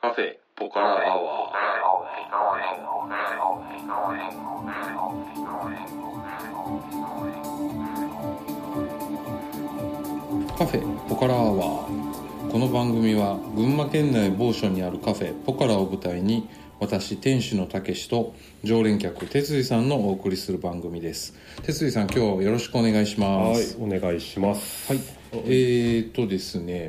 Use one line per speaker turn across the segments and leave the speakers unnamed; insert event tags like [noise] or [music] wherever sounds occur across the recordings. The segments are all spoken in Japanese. カフェポカラアワーカフェポカラアワーこの番組は群馬県内某所にあるカフェポカラを舞台に私店主のたけしと常連客哲司さんのお送りする番組です哲司さん今日よろしくお願いしま
はい
す、
お願いします。はい。
えー、っとですね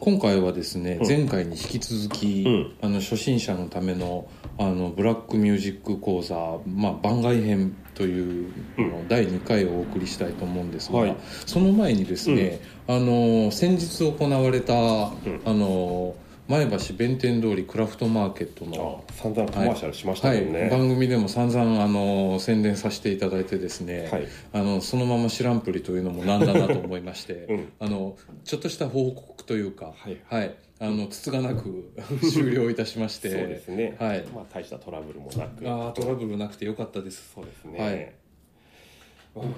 今回はですね、前回に引き続き、
うん
あの初心者のためのあのブラックミュージック講座、まあ、番外編という、あの第2回をお送りしたいと思うんですが、
はい
その前にですね、あの先日行われた、あの前橋弁天通りクラフトマーケットの
あ、散々コマーシャルしましたもん
はい、
ね。
番組でも散々あの宣伝させていただいてですね、
はい
あのそのまま知らんぷりというのもなんだなと思いま
[laughs]
して、
うん
あのちょっとした報告というか、
はい
あのつつがなく [laughs] 終了いたしまして
そうですね。
はい
まあ大したトラブルもなく。
あートラブルなくてよかったです
そうですね。うん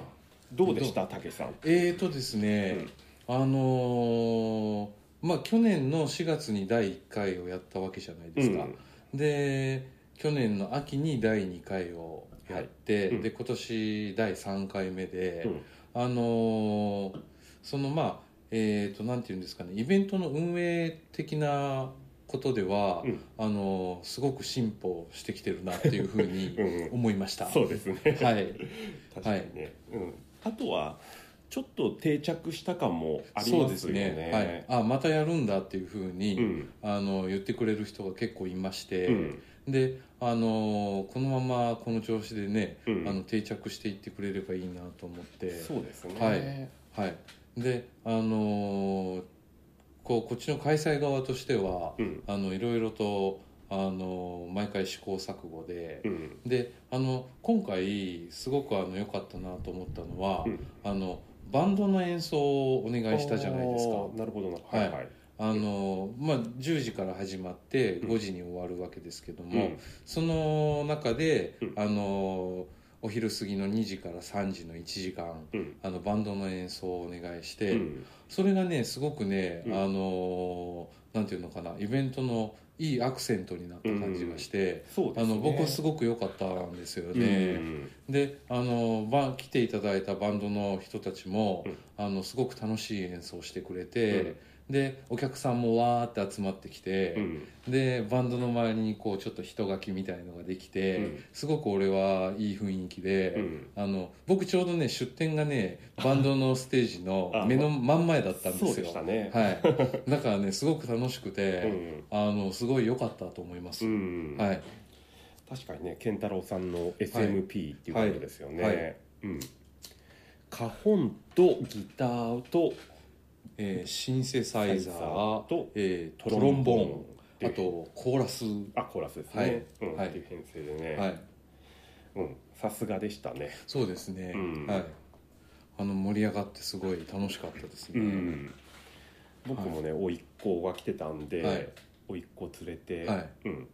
どうでした、たけしさん。
えーとですね、あのーまあ去年の4月に第1回をやったわけじゃないですか、
うん
で去年の秋に第2回をやって、
はいうん
で今年第3回目で、
うん
あのーそのまあえー、となんていうんですかねイベントの運営的なことでは、
うん
あのーすごく進歩してきてるなっていうふう
[laughs]
に
うんうん
思いました。
そうですね。
はい、
確かにね。うん。あとはちょっと定着した感もあり
そう
ま
ですす
よ
ね、はい
ね。、
あまたやるんだっていうふうに、
うん。
あの言ってくれる人が結構いまして、
うん。
であのこのままこの調子でね、
うん
あの定着していってくれればいいなと思って
そうです
はい
ね。
はい、であのこうこっちの開催側としては
うん。
あのいろいろとあの毎回試行錯誤で
う、ん。
であの今回すごくあの良かったなと思ったのは、
うん
あのバンドの演奏をお願いしたじゃないです
あ
か
ー。なるほどな。
はい
はい。
あのまあ、10時から始まって
うん
5時に終わるわけですけど
う
も、
ん。
その中で、
うん
あのお昼過ぎの2時から3時の1時間
うん。
あのバンドの演奏をお願いして、
うん
それがねすごくね、
うん
あのなんていうのかなイベントのいいアクセントになった感じがして、
そうで
あ
すね。
の僕はすごく良かったんですよね。
うん
であのば来ていただいたバンドの人たちも、
うん
あのすごく楽しい演奏をしてくれて、でお客さんもわーって集まってき
う
て、
ん。
でバンドの周りにこうちょっと人垣みたいのができて、
うん
すごく俺はいい雰囲気で。
うん。
あの僕ちょうどね出店が
[laughs]
ねバンドのステージの
あ
目の真ん前だったんですよ
そうでしたね。
はい、だからねすごく楽しくて、
う
あのすごい良かったと思います、
ん、
はい
確かにね健太郎さんの SMP っていうことですよね、
はいはい
うん、カホンとギターと
えーシンセサイザー
と
えー
ト
ト
ロ
ロ
ン
ン
ボ
ボ
ーン
ーンあとコーラス、
あコーラスですね、うん
はい
っていう編成でね、
はい、
うん、さすがでしたね、
そうですね、
うん
はいあの盛り上がってすごい楽しかったですね、
うん、僕もね甥、っ子が来てたんで、
はい
甥っ子連れて、
はい
うん、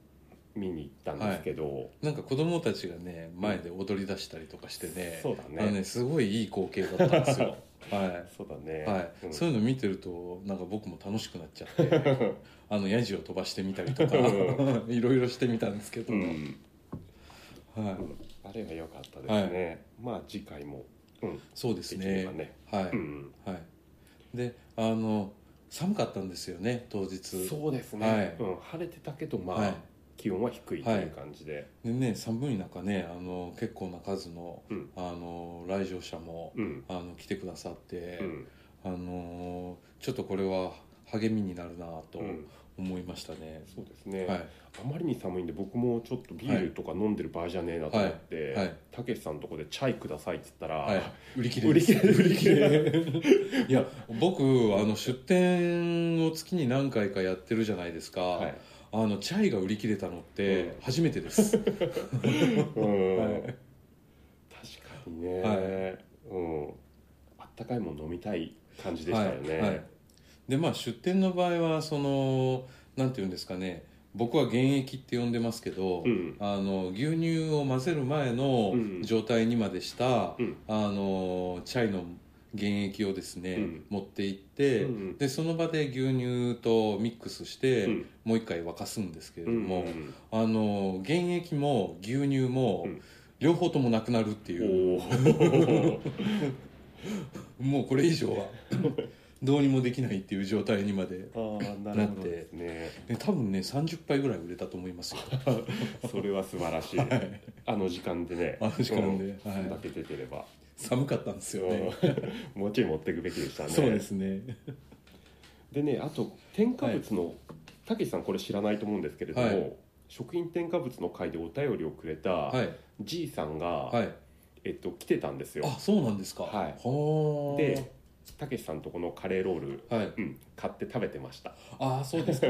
見に行ったんですけど、
なんか子供たちがね前で踊り出したりとかしてね、
そうだ
あの
ね
ねすごいいい光景だったんですよは
そうだね
い、はい
うん
そういうの見てるとなんか僕も楽しくなっちゃって
[laughs]
あのヤジを飛ばしてみたりとか
う
[laughs] いろいろしてみたんですけど、
うん
はい、
あれは良かったですね、まあ次回も、うん、
そうです
できれ
ね
ばね
はい、
うん、
はいであの寒かったんですよね当日
そうですね、
はい
うん、晴れてたけどまあ、
はい
気温は低いという感じで、
でね寒い中ねあの結構な数の,、
うん
あの来場者も
うん
あの来てくださって、
うん
あのちょっとこれは励みになるなと
うん
思いましたね、
そうですね、
はい
あまりに寒いんで僕もちょっとビールとか飲んでる場合じゃねえなと思って、
はいはい
たけしさんのとこでチャイくださいって言ったら、
はい売り切れ
売り切れ売り切れ
[laughs] いや僕あの出店を月に何回かやってるじゃないですか、
はい
あのチャイが売り切れたのっ
うん
て初めてです、[laughs]
[laughs] うん
はい
確かにね、
はい
うん、あったかいもの飲みたい感じでしたよね、
はいはいでまあ出店の場合はそのなんていうんですかね僕は原液って呼んでますけど、
うん
あの牛乳を混ぜる前の
うん
状態にまでした、
うん
あのチャイの原液をですね、
うん
持って行って、
うんうん
でその場で牛乳とミックスして、
うん
もう一回沸かすんですけれども、
うん
あの原液も牛乳も、
うん
両方ともなくなるって
うん
いう
おー
もうこれ以
[laughs]
上はどうにもできないっていう状態にまで
あーなるほどですね
で多分ね30杯ぐらい売れたと思い
[laughs]
ますよ
それは素晴らしい、
はい
あの時間でね
あの時間で
うん
はい
そんだけ出てれば、
寒かったんですよね
うんもうちょい持っていくべきでしたね
そうですね
でねあと添加物のたけしさんこれ知らないと思うんですけれども、
はい
食品添加物の会でお便りをくれた
はい
じいさんが、
はい
えっと、来てたんですよ
あそうなんですか
はい
ほー
でたけしさんとこのカレーロール、
はい
うん、買って食べてました
ああそうですか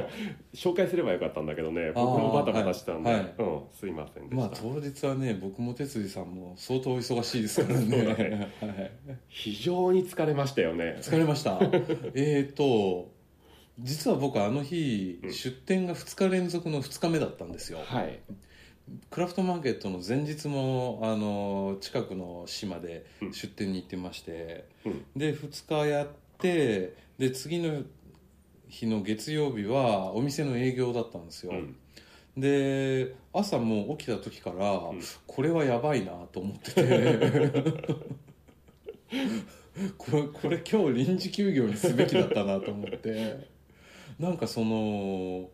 紹介すればよかったんだけどね僕もバタバタしてたんで、
はいはい
うん、すいませんで
[laughs]
し
ま
た、
あ当日はね僕も哲司さんも相当忙しいですから [laughs] ね
そうだね
はい
非常に疲れましたよね
疲れました [laughs] えーと実は僕あの日、
うん
出店が2日連続の2日目だったんですよ
はい、
クラフトマーケットの前日もあの近くの島で
うん
出店に行ってまして、
うん
で2日やってで次の日の月曜日はお店の営業だったんですよ、
うん、
で朝もう起きた時から、
ん
これはやばいなと思ってて [laughs] これこれ今日臨時休業にすべきだったなと思ってなんかその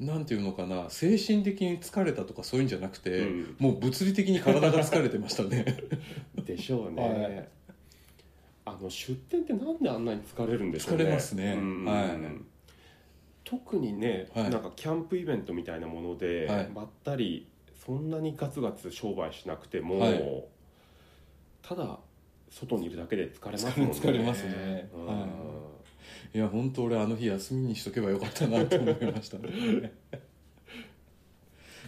なんていうのかな精神的に疲れたとかそういうんじゃなくて、
うん
もう物理的に体が疲れてました
[laughs]
ね
でしょう
は
ね、あの出店ってなんであんなに疲れるんでしょうね
疲れますね
うん
はい
特にね、
はい
なんかキャンプイベントみたいなもので、
はい
まったりそんなにガツガツ商売しなくても、
はい
ただ外にいるだけで疲れますもんね
疲れますね
うん
はいいや本当俺あの日休みにしとけばよかったなと思いましたね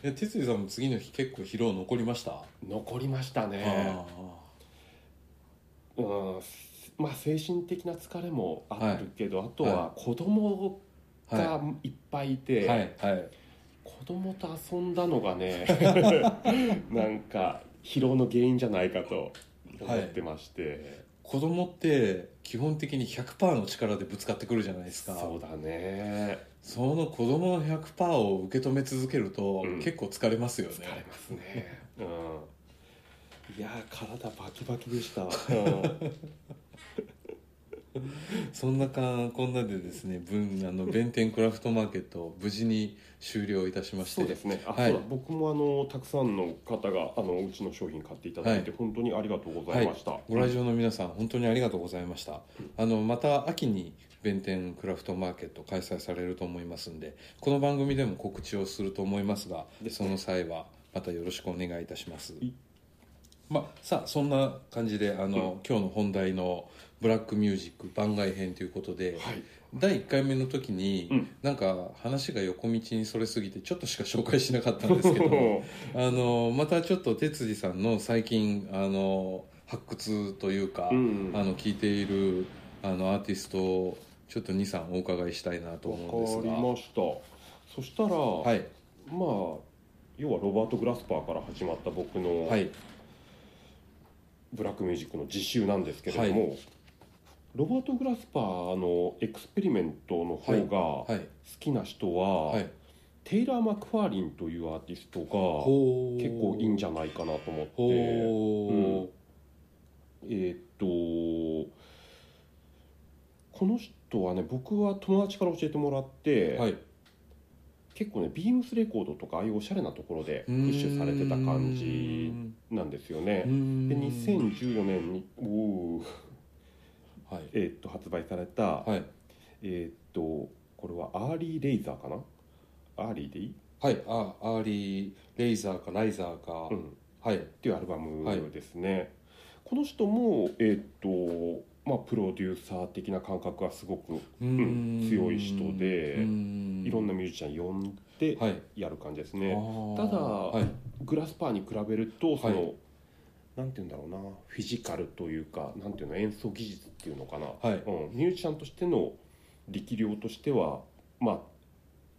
いや哲也さんも次の日結構疲労残りました、
残りましたね
あ
うんまあ精神的な疲れもあるけど、あとは
は
子供
ーはい
がいっぱいいて、
はいはい
子供と遊んだの
[laughs]
がねなんか疲労の原因じゃないかと思ってまして、
子供って基本的に100%の力でぶつかってくるじゃないですか
そうだね
その子供の100%を受け止め続けると、
うん
結構疲れますよ
疲れ
ね
ますね、うん、いやー体バキバキでした、うん
そんなかこんなでですね分あの弁天クラフトマーケットを無事に終了いたしまして
そうですねあ、
はい
そうだ僕もあのたくさんの方があのうちの商品買っていただいて、本当にありがとうございました、
ご来場の皆さん本当にありがとうございました、あのまた秋に弁天クラフトマーケット開催されると思いますんでこの番組でも告知をすると思いますが
です
その際はまたよろしくお願いいたします
い
まあさあそんな感じであの、今日の本題の「ブラックミュージック番外編」ということで、
はい
第1回目の時に、
うん
なんか話が横道にそれすぎてちょっとしか紹介しなかったんですけどもあのまたちょっと哲司さんの最近あの発掘というか、
うん
[laughs] あの聞いているあのアーティストをちょっと23お伺いしたいなと思うんです
わか
が
りましたそしたら、
はい
まあ要はロバート・グラスパーから始まった僕の、
はい
ブラックミュージックの実習なんですけれども、ロバート・グラスパーのエクスペリメントの方が好
はい
きな人は、
はい
テイラー・マクファーリンというアーティストが
ほ
結構いいんじゃないかなと思って
ほ
えーっとこの人はね僕は友達から教えてもらって、
うはい
結構ねビームスレコードとかああいうおしゃれなところでプッシュされてた感じなんですよね。で
で
2014年におー
はい
えーっと発売された
はい
えーっとこれはアーリーレイザーかなアーリーでいい、
はいあアーリーレイザーかライザーか、
うん、っ
はい
ていうアルバムですね、この人もえーっとまあプロデューサー的な感覚がすごく
う
うん強い人でい
い
ろんなミュージシャン呼んで
はい
やる感じです
あ
ね、
ー
ただ
はい
グラスパーに比べるとその、
はい
なんて言うんだろうなフィジカルというかなんていうの演奏技術っていうのかな、
はい
うん、ミュージシャンとしての力量としてはまあ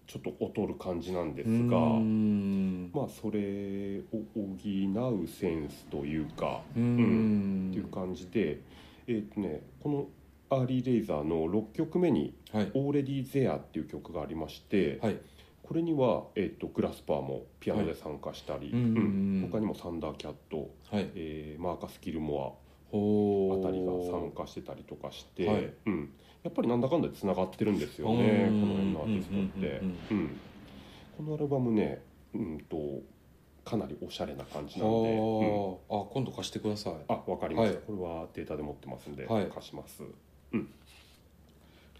ちょっと劣る感じなんですが、
うん
まあそれを補うセンスというか、
う
うん
ん
っていう感じで、えーっとねこの「アーリー・レイザー」の6曲目に
はい
「オーレディ・ゼア」っていう曲がありまして、
はい
これには、えー、とグラスパーもピアノで参加したり、
うんうんうん
他にもサンダー・キャット、
はい
えーマーカス・キルモア
ほ
あ
う
たりが参加してたりとかして、
はい
うん、やっぱりなんだかんだでつながってるんですよね
う
こ
ん
の辺のアーティストって
うんうん。
うんこのアルバムね、うん、とかなりおしゃれな感じ
は
なんで。うん
あ、あ今度貸してください
あ、わかりました、
はい
これはデータで持ってますんで、
はい
貸します。
へ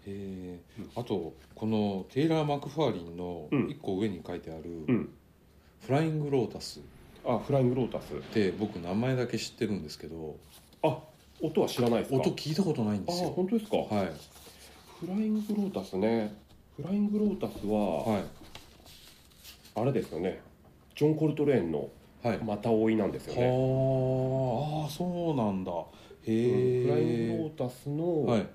え
うん
あとこのテイラー・マクファーリンの
うん
一個上に書いてあ
う
る
ん。
「フライング・ロータス」っ
あ、フライングロータス。
て僕名前だけ知ってるんですけど
あ、音は知らないですか。
音聞いたことないん
あ
ですよ
本当ですか、
はい
フライングロータスね。フライングロータスは、
はい
あれですよね。ジョン・コルトレーンの
はい
また追いなんですよね。
はああそうなんだ
うん
へえ
フライングロータスの、
はい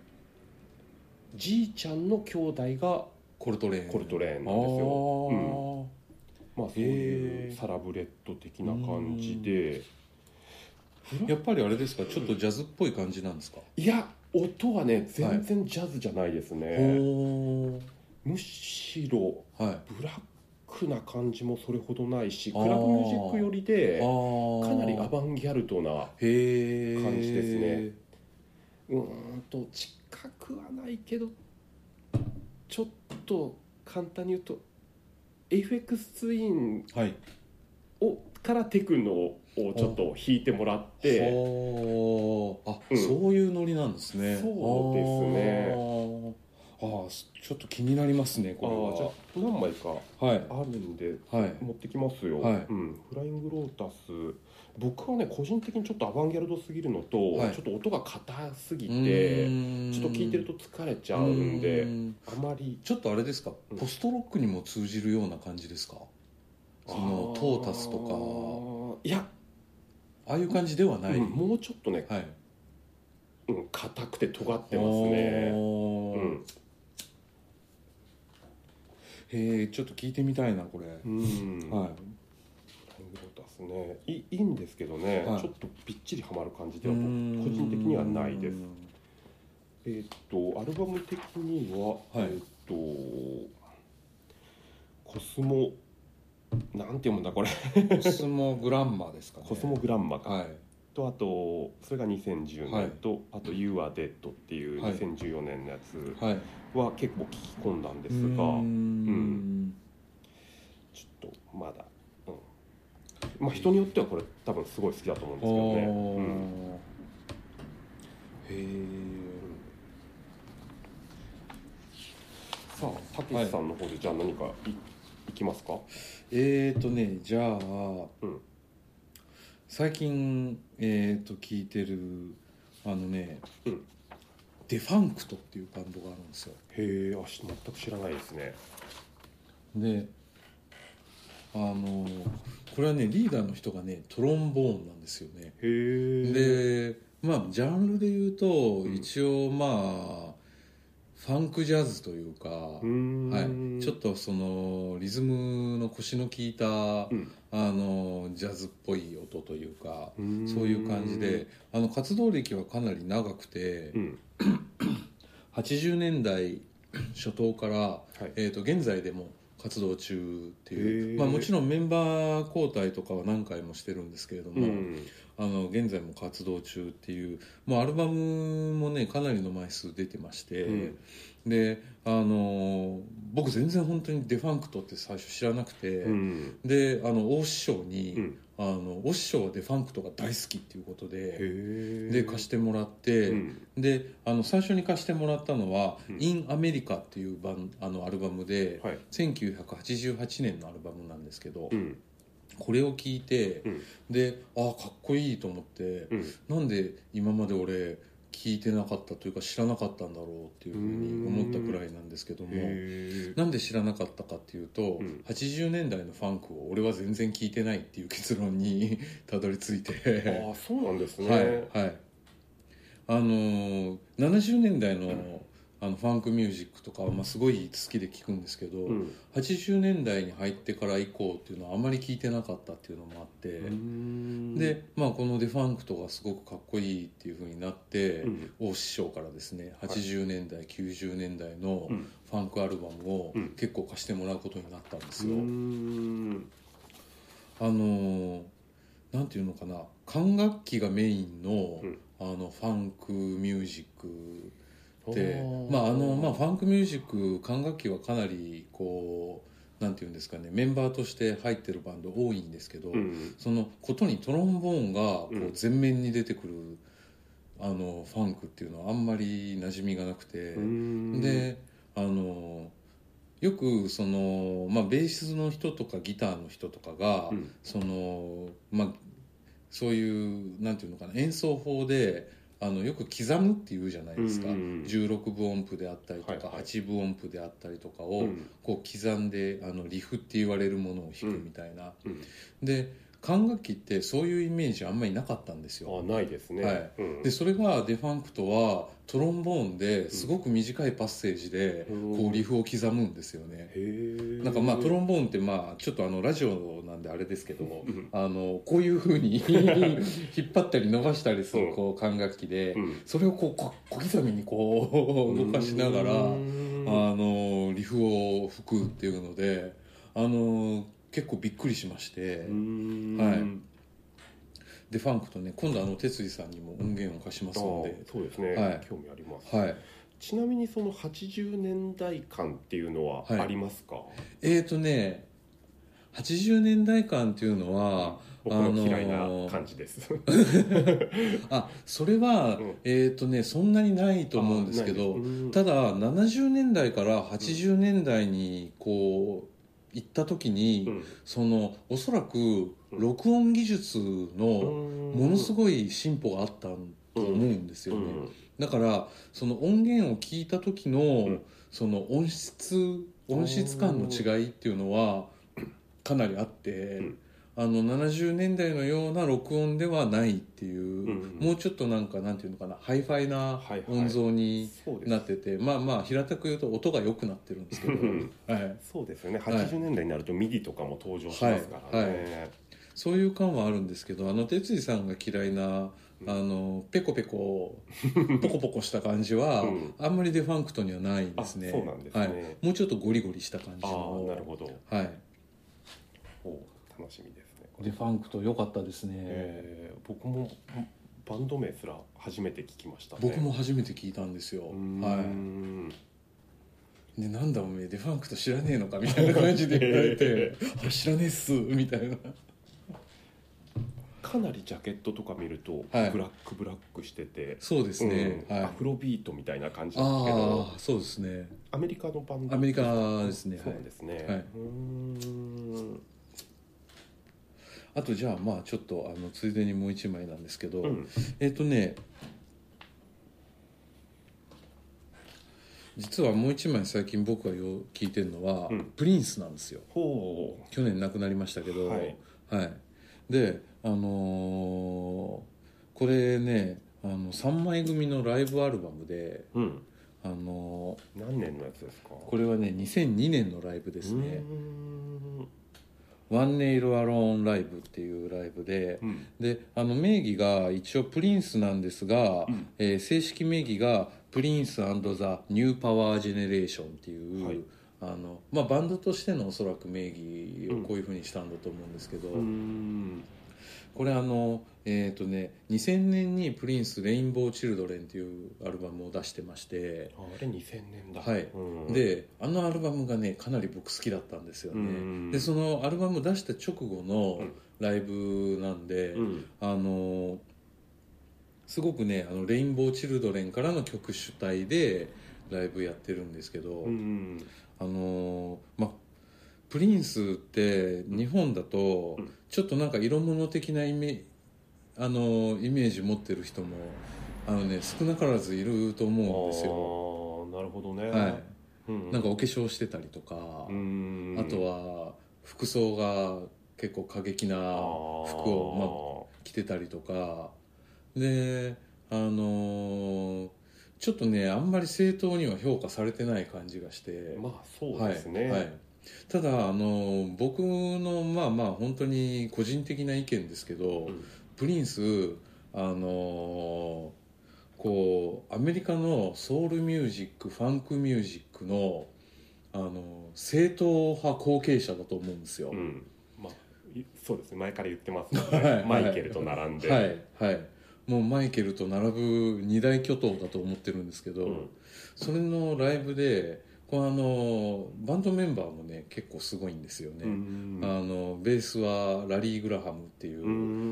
じいちゃんの兄弟が
コルトレーン
コルト
レ
レーンなんですよ。
よ
まあそうい
へ
う
ー
サラブレッド的な感じで、フラ
やっぱりあれですかちょっとジャズっぽい感じなんですか
いや音はね全然ジャズじゃないですね。
ほ
むしろ
うはい
ブラックな感じもそれほどないし
あ
ク
ー
ラブミュージックよりで
ああ
かなりアバンギャルドな
へえ
感じですねうーんと近くはないけどちょっと簡単に言うと FX ツイン
はい
をからテクノをちょっと弾いてもらって
ほうあ、
うん
そういうノリなんですね
そうですね
あーあーすちょっと気になりますね
あーじゃあ
こ
何枚か
れははい
あるんで
はい
持ってきますよ、
はい
うん、フライングロータス僕はね個人的にちょっとアバンギャルドすぎるのと、
はい
ちょっと音が硬すぎ
ち
てちょっと聞いてると疲れちゃうんであまり
ちょっとあれですか
うん
ポストロックにも通じるような感じですかそのトータスと
あ
か
ーいや、
ああいう感じではない、
うんもうちょっとね
はい
うん硬、くて尖ってますね、う
おー
ん
へえちょっと聞いてみたいなこれ、
うん
はい
フライングロータスねいいいんですけどね、
はい
ちょっとびっちりはまる感じでは僕個人的にはないですえーっとアルバム的には、
はい
えーっとコスモなんて読むんだこれ
コスモグランマですかね
コスモグランマか、
はい
とあとそれが2010年と、あと「You Are Dead」っていう
はい
2014年のやつ
はい
は結構聞き込んだんで
です
が、
ん
ちょっとまだ、うんまあ、人によってはこれ多分すごい好きだと思うんですけどね、うん
あー
さあたけしさんの方でじゃあ何かい,、いきますか
へええーとねじゃあ、
ん
最近えー、と聞いてるあのね、
うん
デファンクトっていうバンドがあるんですよ
へえあし全く知らないですね
であのこれはねリーダーの人がねトロンボーンなんですよね
へえ
でまあジャンルで言うと、
ん
一応まあファンクジャズというか、はい、ちょっ
と
とそのリズムの腰の効いた、
うん
あのジャズっぽい音というか、
そ
そういう感じで、あの活動歴はかなり長くて、
うん、
80年代初頭から、
はい
えー、と現在でも活動中ってい
へー
う、まあ、もちろんメンバー交代とかは何回もしてるんですけれども、
うん
あの現在も活動中っていうもうアルバムもねかなりの枚数出てまして、
うん
であの僕全然本当にデファンクトって最初知らなくて、
うん
であの大師匠に、
うん
あの大師匠はデファンクトが大好きっていうことで。
へ、
で貸しててもらって、
うん
であの最初に貸してもらったのは「
うん
In America」っていうバンあのアルバムで、
はい
1988年のアルバムなんですけど、
うん
これを聞いて、
うん
でああかっこいいと思って、
うん
なんで今まで俺聞いてなかったというか知らなかったんだろうっていうふうに思ったくらいなんですけども
へえ
なんで知らなかったかっていうと、
うん
80年代のファンクを俺は全然聞いてないっていう結論に [laughs] たどり着い
あ
て、
ーそうなんですね、
はいはいあのー70年代の、
うん
ああのファンクミュージックとかはまあすごい好きで聞くんですけど、
うん
80年代に入ってから以降っていうのはあまり聞いてなかったっていうのもあって、
うん
で、まあ、このデファンクとかすごくかっこいいっていうふうになって、
うん
大師匠からですね80年代、90年代の
うん
ファンクアルバムを
うん
結構貸してもらうことになったんです
う
よ。
ん
あのーなんていうのかな管楽器がメインの,、
うん
あのファンクミュージックって
おー
まああのまあ、ファンクミュージック管楽器はかなりこうなんていうんですかねメンバーとして入ってるバンド多いんですけど、
うん
そのことにトロンボーンがこ
う
うん前面に出てくる、あのファンクっていうのはあんまり馴染みがなくて、
うん
であのよくその、まあ、ベースの人とかギターの人とかが、
うん
そのまあそういうなんていうのかな演奏法であのよく刻むっていうじゃないですか、
うんうんうん
16分音符であったりとか、
はいはい
8分音符であったりとかを、
うん
こう刻んであのリフって言われるものを弾くみたいな、
うん
で管楽器ってそういうイメージあんまりなかったんですよ。
あないですね
はい
うん
でそれがデファンクとはトロンボーンですごく短いパッセージで
うん
こうリフを刻むんですよね。
へー
なんかまあトロンボーンってまあちょっとあのラジオなんであれですけども
うん
あのこういうふうに [laughs] 引っ張ったり伸ばしたりす
う
る
ん
こう管楽器で
うん
それをこうこ小刻みにこう動かしながらあ
うん
のリフを吹くっていうのであの結構びっくりしまして
うん
はい
うん
デファンクとね今度あの哲司さんにも音源を貸しますの
あ
で
あそうですね、
はい
興味あります
はい。
ちなみにその80年代感っていうのは
はい
ありますか、
えーとね80年代感っていうのは
僕の嫌いな感じです、
あそれは、
うん
えーとねそんなにないと思うんですけ
[laughs]
ど、ただ70年代から80年代にこう行った時に、そのおそらく録音技術のも
も
のす
ご
ごい進歩があったと思うんですよね、
うん
だからその音源を聞いた時の、
ん
その音質音質感の違いっていうのはかなりあって、
ん
あの70年代のような録音ではないっていう、
うん
もうちょっとなんかなんていうのかなハイファイな
はいはい
音像に
そうです
なってて、まあまあ平たく言うと音が良くなってるんですけど、
うん
はい、
そうですよね
はい
80年代になるとミディとかも登場しますからね、
そういう感はあるんですけどあの哲司さんが嫌いな
うん
あのペコペコポコポコした感じは、
うん
あんまりデファンクトにはないん
あ
ですね
そうなんですね、
はい、もうちょっとゴリゴリした感じ
ああな
の
るほど
はい
お楽しみですね
デファンクト良かったですね、
えー僕もバンド名すら初めて聞きましたね
僕も初めて聞いたんですよ、
うーん
は、い、でなんだおめえデファンクト知らねえのかみたいな感じで言われ
[laughs]
て「あ知らねえっす」みたいな
かなりジャケットとか見ると、
はい
ブラックブラックしてて
そうですね、
うん
はい
アフロビートみたいな感じだったけど
ああそうですね
アメリカのバンド
アメリカですね
そ
はい
うなんですね、
はいう
ーん
あとじゃあまあちょっとあのついでにもう一枚なんですけど、
うん
えっ、とね実はもう一枚最近僕がよ聞いてるのは、
うん
プリンスなんですよ
ほう
去年亡くなりましたけど、
はい
はいであのーこれねあの3枚組のライブアルバムで、
うん、
あのー
何年のやつですか
これはね2002年のライブで
です
ね
うん
「ワンネイルアローンライブ」っていうライブで
うん
であの名義が一応プリンスなんですが、
うん
えー正式名義がプリンスザ・ニューパワー・ジェネレーションっていう、
はい
あのまあ、バンドとしてのおそらく名義をこういうふうにしたんだと思うんですけど、
うん
これあのえっ、とね2000年にプリンス「レインボー・チルドレン」っていうアルバムを出してまして、
あれ2000年だ
はい
うん
であのアルバムがねかなり僕好きだったんですよ
うん
ねでそのアルバム出した直後のライブなんで、
うん
あのすごくねあのレインボー・チルドレンからの曲主体でライブやってるんですけど、
うん
あのまあプリンスって日本だと
うん
ちょっとなんか色物的なイメあのイメージ持ってる人もあのね少なからずいると思うんですよ。
ああなるほどね
は
うん
い、なんかお化粧してたりとか、
うん
あとは服装が結構過激な服
あー
をまあ着てたりとかであのーちょっとねあんまり正当には評価されてない感じがして、
まあそうですね、
はいはい、ただあの僕のまあまあ本当に個人的な意見ですけど、
うん
プリンスあのこうアメリカのソウルミュージックファンクミュージックのあの正統派後継者だと思うんですよ、
うんまあいそうですね前から言ってますよ
[laughs] はいはい
ねマイケルと並んで、
はいはいもうマイケルと並ぶ二大巨頭だと思ってるんですけど、
うん
それのライブでこうあのバンドメンバーもね結構すごいんですよね、
うん
あのベースはラリー・グラハムっていう、
う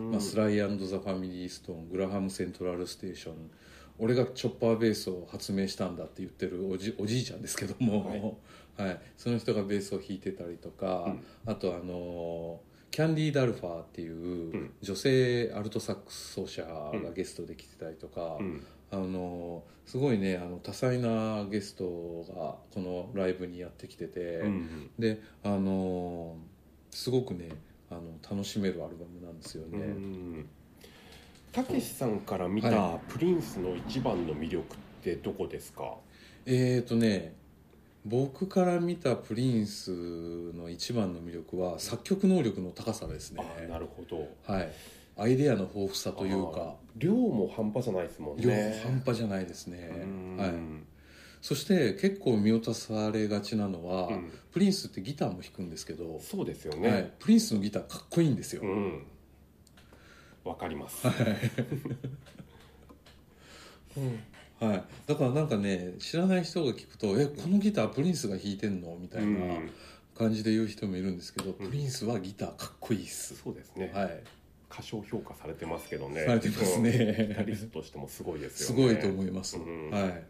ん
まあ、スライザ・ファミリー・ストーングラハム・セントラル・ステーション俺がチョッパーベースを発明したんだって言ってるおじおじいちゃんですけども、 [laughs] はいその人がベースを弾いてたりとか、あとあのキャンディー・ダルファーっていう
うん
女性アルトサックス奏者がゲストで来てたりとか、
うん
あのすごいねあの多彩なゲストがこのライブにやってきてて。
うん
であのーすごくねあの楽しめるアルバムなんですよ
う
ね、
んたけしさんから見
は
たプリンスの一番の魅力ってどこですか、
えーとね僕から見たプリンスの一番の魅力は作曲能力の高さですね
あなるほど
はいアイデアの豊富さという
あー
か
量も半端じゃないですもんね
量半端じゃないですね、
うん
はい、そして結構見落とされがちなのは、
うん
プリンスってギターも弾くんですけど、
そうですよ
はい
ね、、
プリンスのギターかっこいいんですよ、
うんわかります、
はい、だからなんかね知らない人が聞くと「えこのギタープリンスが弾いてんの?」みた
う
いなん感じで言う人もいるんですけど、
うん
プリンスはギターかっこいいっす、
そうですね、
はい
過小評価されてますけどね
されてます
ギタリ
ね
ストとしてもすごいです
す
よね
ごいと思います、
うん
はい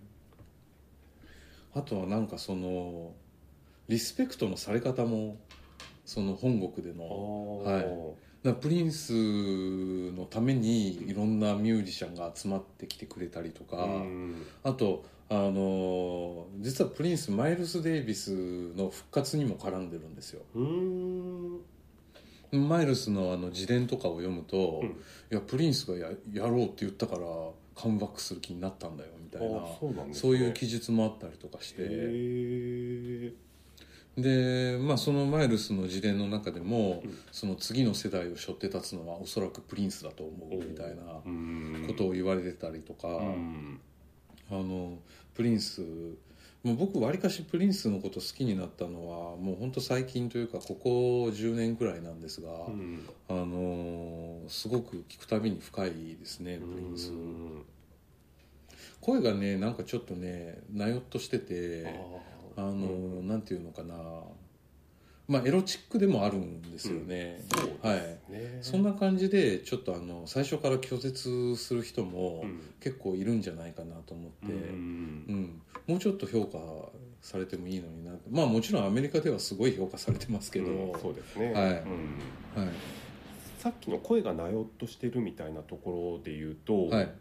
あとはなんかそのリスペクトのされ方もその本国での
あー
だからプリンスのためにいろんなミュージシャンが集まってきてくれたりとか、
うん
あとあのー実はプリンスマイルス・デイビスの復活にも絡んでるんですよ
うん
マイルスのあの自伝とかを読むと、
うん
いやプリンスがややろうって言ったからカムバックする気になったんだよみ
あ
たいな
ーそうなんです、ね、
そういう記述もあったりとかして
へ
で、まあ、そのマイルスの自伝の中でも、
うん
その次の世代を背負って立つのはおそらくプリンスだと思うみたいな
ーうん
ことを言われてたりとか。
うん
あのプリンスもう僕わりかしプリンスのこと好きになったのはもうほんと最近というかここ10年くらいなんですが、
うん
あのーすごく聞くたびに深いですねプリンス
うん
声がねなんかちょっとねなよっとしてて
あ
あ
ー
の
う
ー
ん
なんていうのかなまあエロチックでもあるんですよね、
そう
はい
ですね
そんな感じでちょっとあの最初から拒絶する人も
うん
結構いるんじゃないかなと思って、
うん
うん、もうちょっと評価されてもいいのになまあもちろんアメリカではすごい評価されてますけど、
うんそうです
は
ね、
い
うん
はい
さっきの声がなよっとしてるみたいなところで言うと、
はい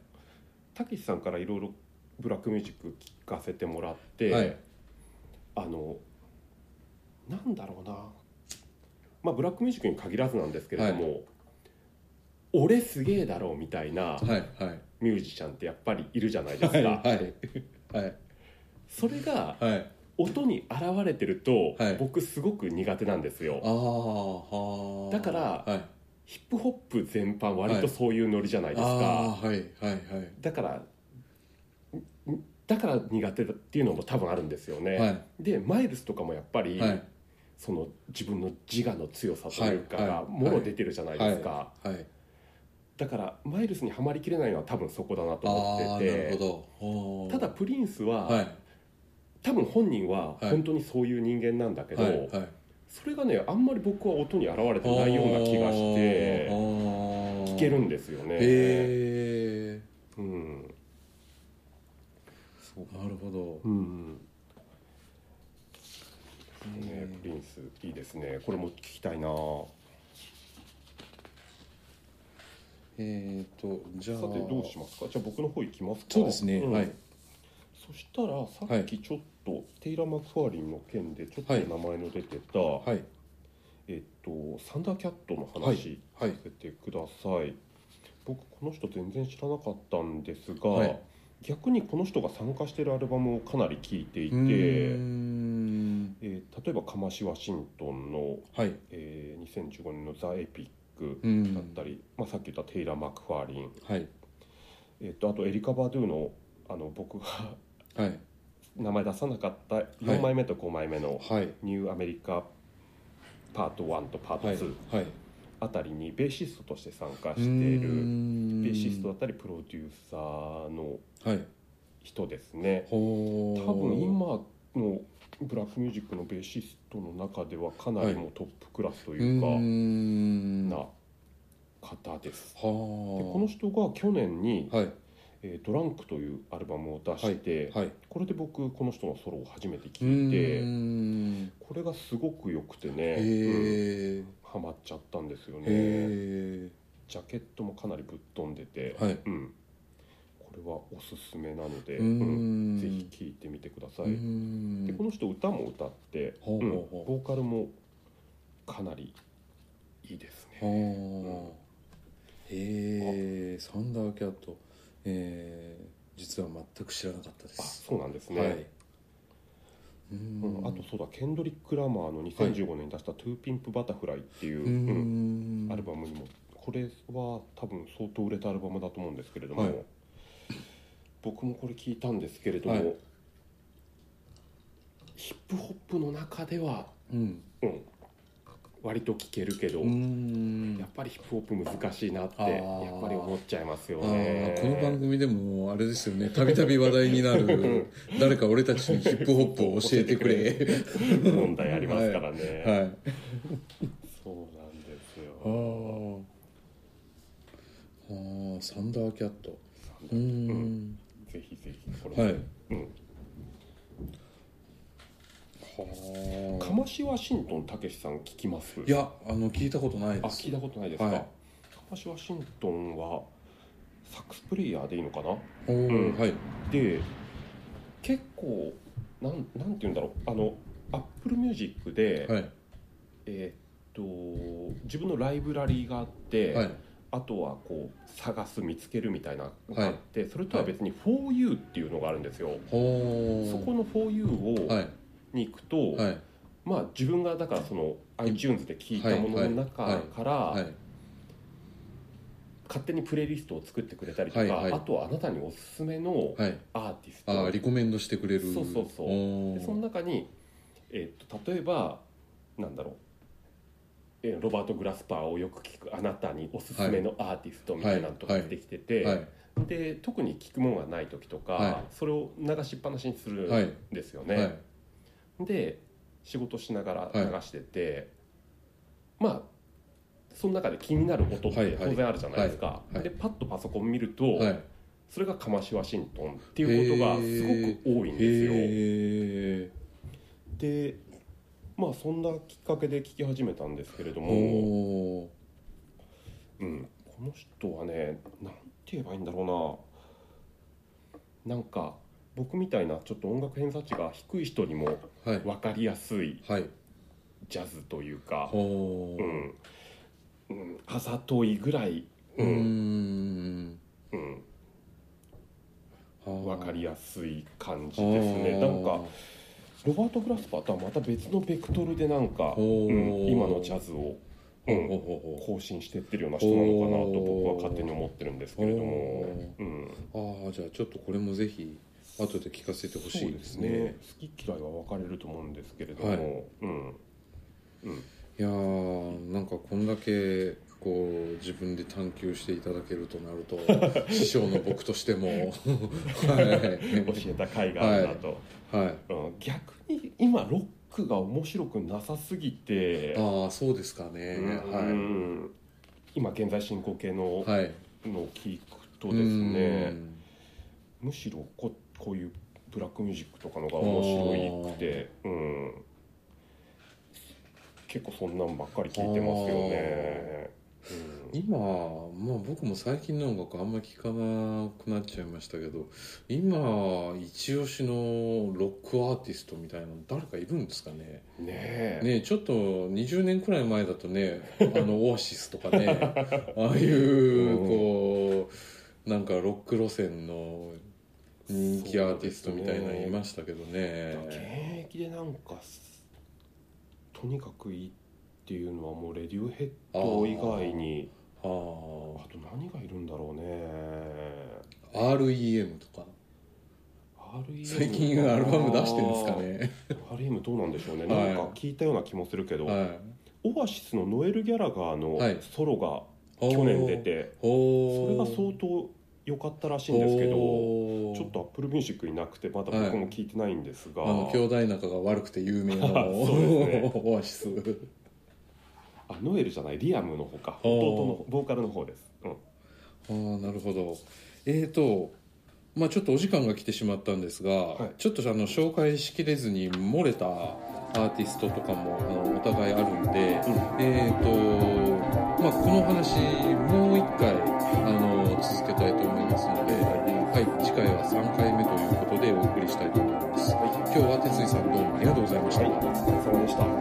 たけしさんからいろいろブラックミュージック聞かせてもらって、
はい
あのなんだろうな、まあ、ブラックミュージックに限らずなんですけれども、俺すげえだろうみたいな
はいはい
ミュージシャンってやっぱりいるじゃないですか、
はいはいはい
それが
はい
音に現れてると、
はい
僕すごく苦手なんですよ
ああはあ
だから
はい
ヒップホップ全般割とそういうノリじゃないですか、
ああーはいはいはい
だからんんだから苦手だっていうのも多分あるんですよね、
はい
でマイルスとかもやっぱり、
はい
その自分の自我の強さというか
はい
が
はい
もろ出てるじゃないですか、
はい
だからマイルスにはまりきれないのは多分そこだなと
あ
思っ
あなる
てて
ほど
ただプリンスは、
はい
多分本人は
はい
本当にそういう人間なんだけど、
はいはい
それがねあんまり僕は音に現れてないような気がして
聞
聞けるんですよね、
へえ
うんそう
なるほど
うんね
うん、
プリンスいいですねこれも聞きたいな
えっとじゃあ
さてどうしますかじゃあ僕の方行きますか
そうですね、
ん
はい
そしたらさっきちょっと、テイラー・マクファーリンの件でちょっと
はい
名前の出てた、
はい
えっとサンダーキャットの話
は
さ
い
せてください、僕この人全然知らなかったんですが、
はい
逆にこの人が参加してるアルバムをかなり聴いていて
う、ーん
えー例えばかましワシントンの、
はい
えー2015年の「ザ・エピック
う」
だっ
ん
たり、まあ、さっき言ったテイラー・マクファーリン、
はい
えー、とあとエリカ・バドゥのあの僕が [laughs]
はい
名前出さなかった4枚目と5枚目の
はい
「ニューアメリカパート1」とパート
はい
2
はい
あたりにベーシストとして参加
う
して
ー
いる
ん
ベーシストだったりプロデューサーの
はい
人ですね。
ほー
多分今のブラックミュージックのベーシストの中ではかなりもうトップクラスと
う
いうか、
ーん
な
は
方です。
あ
でこの人が去年に、
はい
えードランク」というアルバムを出して、
はい
これで僕この人のソロを初めて
う
聴いて、
ーん
これがすごく良くて
へ
ね、うん
え
ハマっちゃったんですよね
へ
ジャケットもかなりぶっ飛んでて、
えはい
うん、これはおすすめなので、
うー
うん
ん
ぜひ聴いてみてくださ
う
い。
ーん
でこの人歌も歌って、
ほう
うん
ほうほう
ボーカルもかなりいいです
あ
ね。
ーへえサンダーキャットえー実は全く知らなかったで
あ
す
そうなんですね、
はいうー
うん
ん
あとそうだケンドリック・ラマーの2015年に出した「トゥーピンプ・バタフライ」っていうう、
ー
うん
ん
アルバムにもこれは多分相当売れたアルバムだと思うんですけれども、
はい
僕もこれ聞いたんですけれども、
はい
ヒップホップの中では、
うん
うん、割と聴けるけど、
うーん
やっぱりヒップホップ難しいなって
あ
や
ー
っぱり思っちゃいますよ
あー
ね。
この番組でもあれですよねたびたび話題になる誰か俺たちにヒップホップを教えてくれ
問題ありますからね、
はいあ
そうなんです
あ
よ
ーあーサンダーキャットうー
うんぜひぜひこれも、
はい
うん、
は
かましワシントンたけしさん聞きます
いやあの聞いたことない
あ
です
聞いたことないですか、
はい
かましワシントンはサックスプレイヤーでいいのかな
おー
うん
はい
で結構なんなんて言うんだろうあのアップルミュージックで、
はい
えーっと自分のライブラリーがあって、
はい
あとはこう探す見つけるみたいなのがあって、それとは別に「4U」っていうのがあるんですよ、
ほー
そこの「4U を」
はい
に行くと、
はい
まあ自分がだからその iTunes で聞いたものの中
はいはいは
から
い
勝手にプレイリストを作ってくれたりとか、
はいはい
あとはあなたにおすすめの
はい
アーティス
あ
ト、
ーリコメンドしてくれる
そうそうそう
おー
でその中に、えっと例えばなんだろうえーロバート・グラスパーをよく聞くあなたにおすすめのアーティストみたいなのとか
はい
出てきてて、
はい
で特に聞くものがない時とか、
は
それを流しっぱなしにする
はい
んですよね。
はい
で仕事しながら流
はい
してて、まあその中で気になる音っ
はい
て
はい
当然あるじゃないですか、
いはい
でパッとパソコン見ると、
はい
それがかましワシントンっていうことがすごく多いんですよ
へえ
でまあそんなきっかけで聞き始めたんですけれども、
おー
うん、この人はねなんて言えばいいんだろうななんか僕みたいなちょっと音楽偏差値が低い人にも
はい
分かりやすい
はい
ジャズというか、
ほ
う
ー
んうん、あざといぐらい、
う
う
ー
ん
ん
うん、
わ
分かりやすい感じですねなんかロバート・グラスパーとはまた別のベクトルでなんか、う
おー
ん、今のジャズを、
ほう
う、
んほうほ
更新してってるような人なのかなと僕は勝手に思ってるんですけれども
お、
うん、
うほうああじゃあちょっとこれもぜひ後で聞かせてほしいですね
そうですね好き嫌いは分かれると思うんですけれども、
はい
うんうん、
いやーなんかこんだけこう自分で探求していただけるとな
[laughs]
ると師匠の僕としても
教
は
えた甲斐があるなと、
い、はい、
うん、逆に今ロックが面白くなさすぎて
ああそうですかねは
うん今現在進行形の,、
いはい
のを聞くとですね
うん
むしろここういうブラックミュージックとかのが面白くて、うん、結構そんなんばっかり聞いてますよね。うん
今、まあ、僕も最近の音楽あんま聞かなくなっちゃいましたけど今一押しのロックアーティストみたいなの誰かいるんですかね
ねえ
ねちょっと20年くらい前だとねあの [laughs] オアシスとかね
[laughs]
ああいう
うん
こうなんかロック路線の人気アーティストみたいなのいましたけどね
現役でなんかすとにかくいいっていうのはもうレディオヘッド以外にあ
は
と何がいるんだろうね
あ REM とか
REM
最近アルバム出してるんですかね
REM どうなんでしょうね、
はい
なんか聞いたような気もするけど、
は
オアシスのノエル・ギャラガーの
はい
ソロが
い
去年出て、それが相当良かったらしいんですけど、ちょっとアップルミュージックになくてまだ僕も聞いてないんですが、
あの兄弟仲が悪くて有名な
[laughs] そうですね
[laughs] オアシス
あノエルじゃないリアムのほか
おー
弟のボーカルの方です、うん、
ああなるほどえーとまあちょっとお時間が来てしまったんですが、
はい
ちょっとあの紹介しきれずに漏れたアーティストとかもあのお互いあるんで、えーとまあ、この話もう一回あの続けたいと思いますので、はい、次回は3回目ということでお送りしたいと思います、今日は哲井さんどうもありがとうございました、
はいお疲れ様でした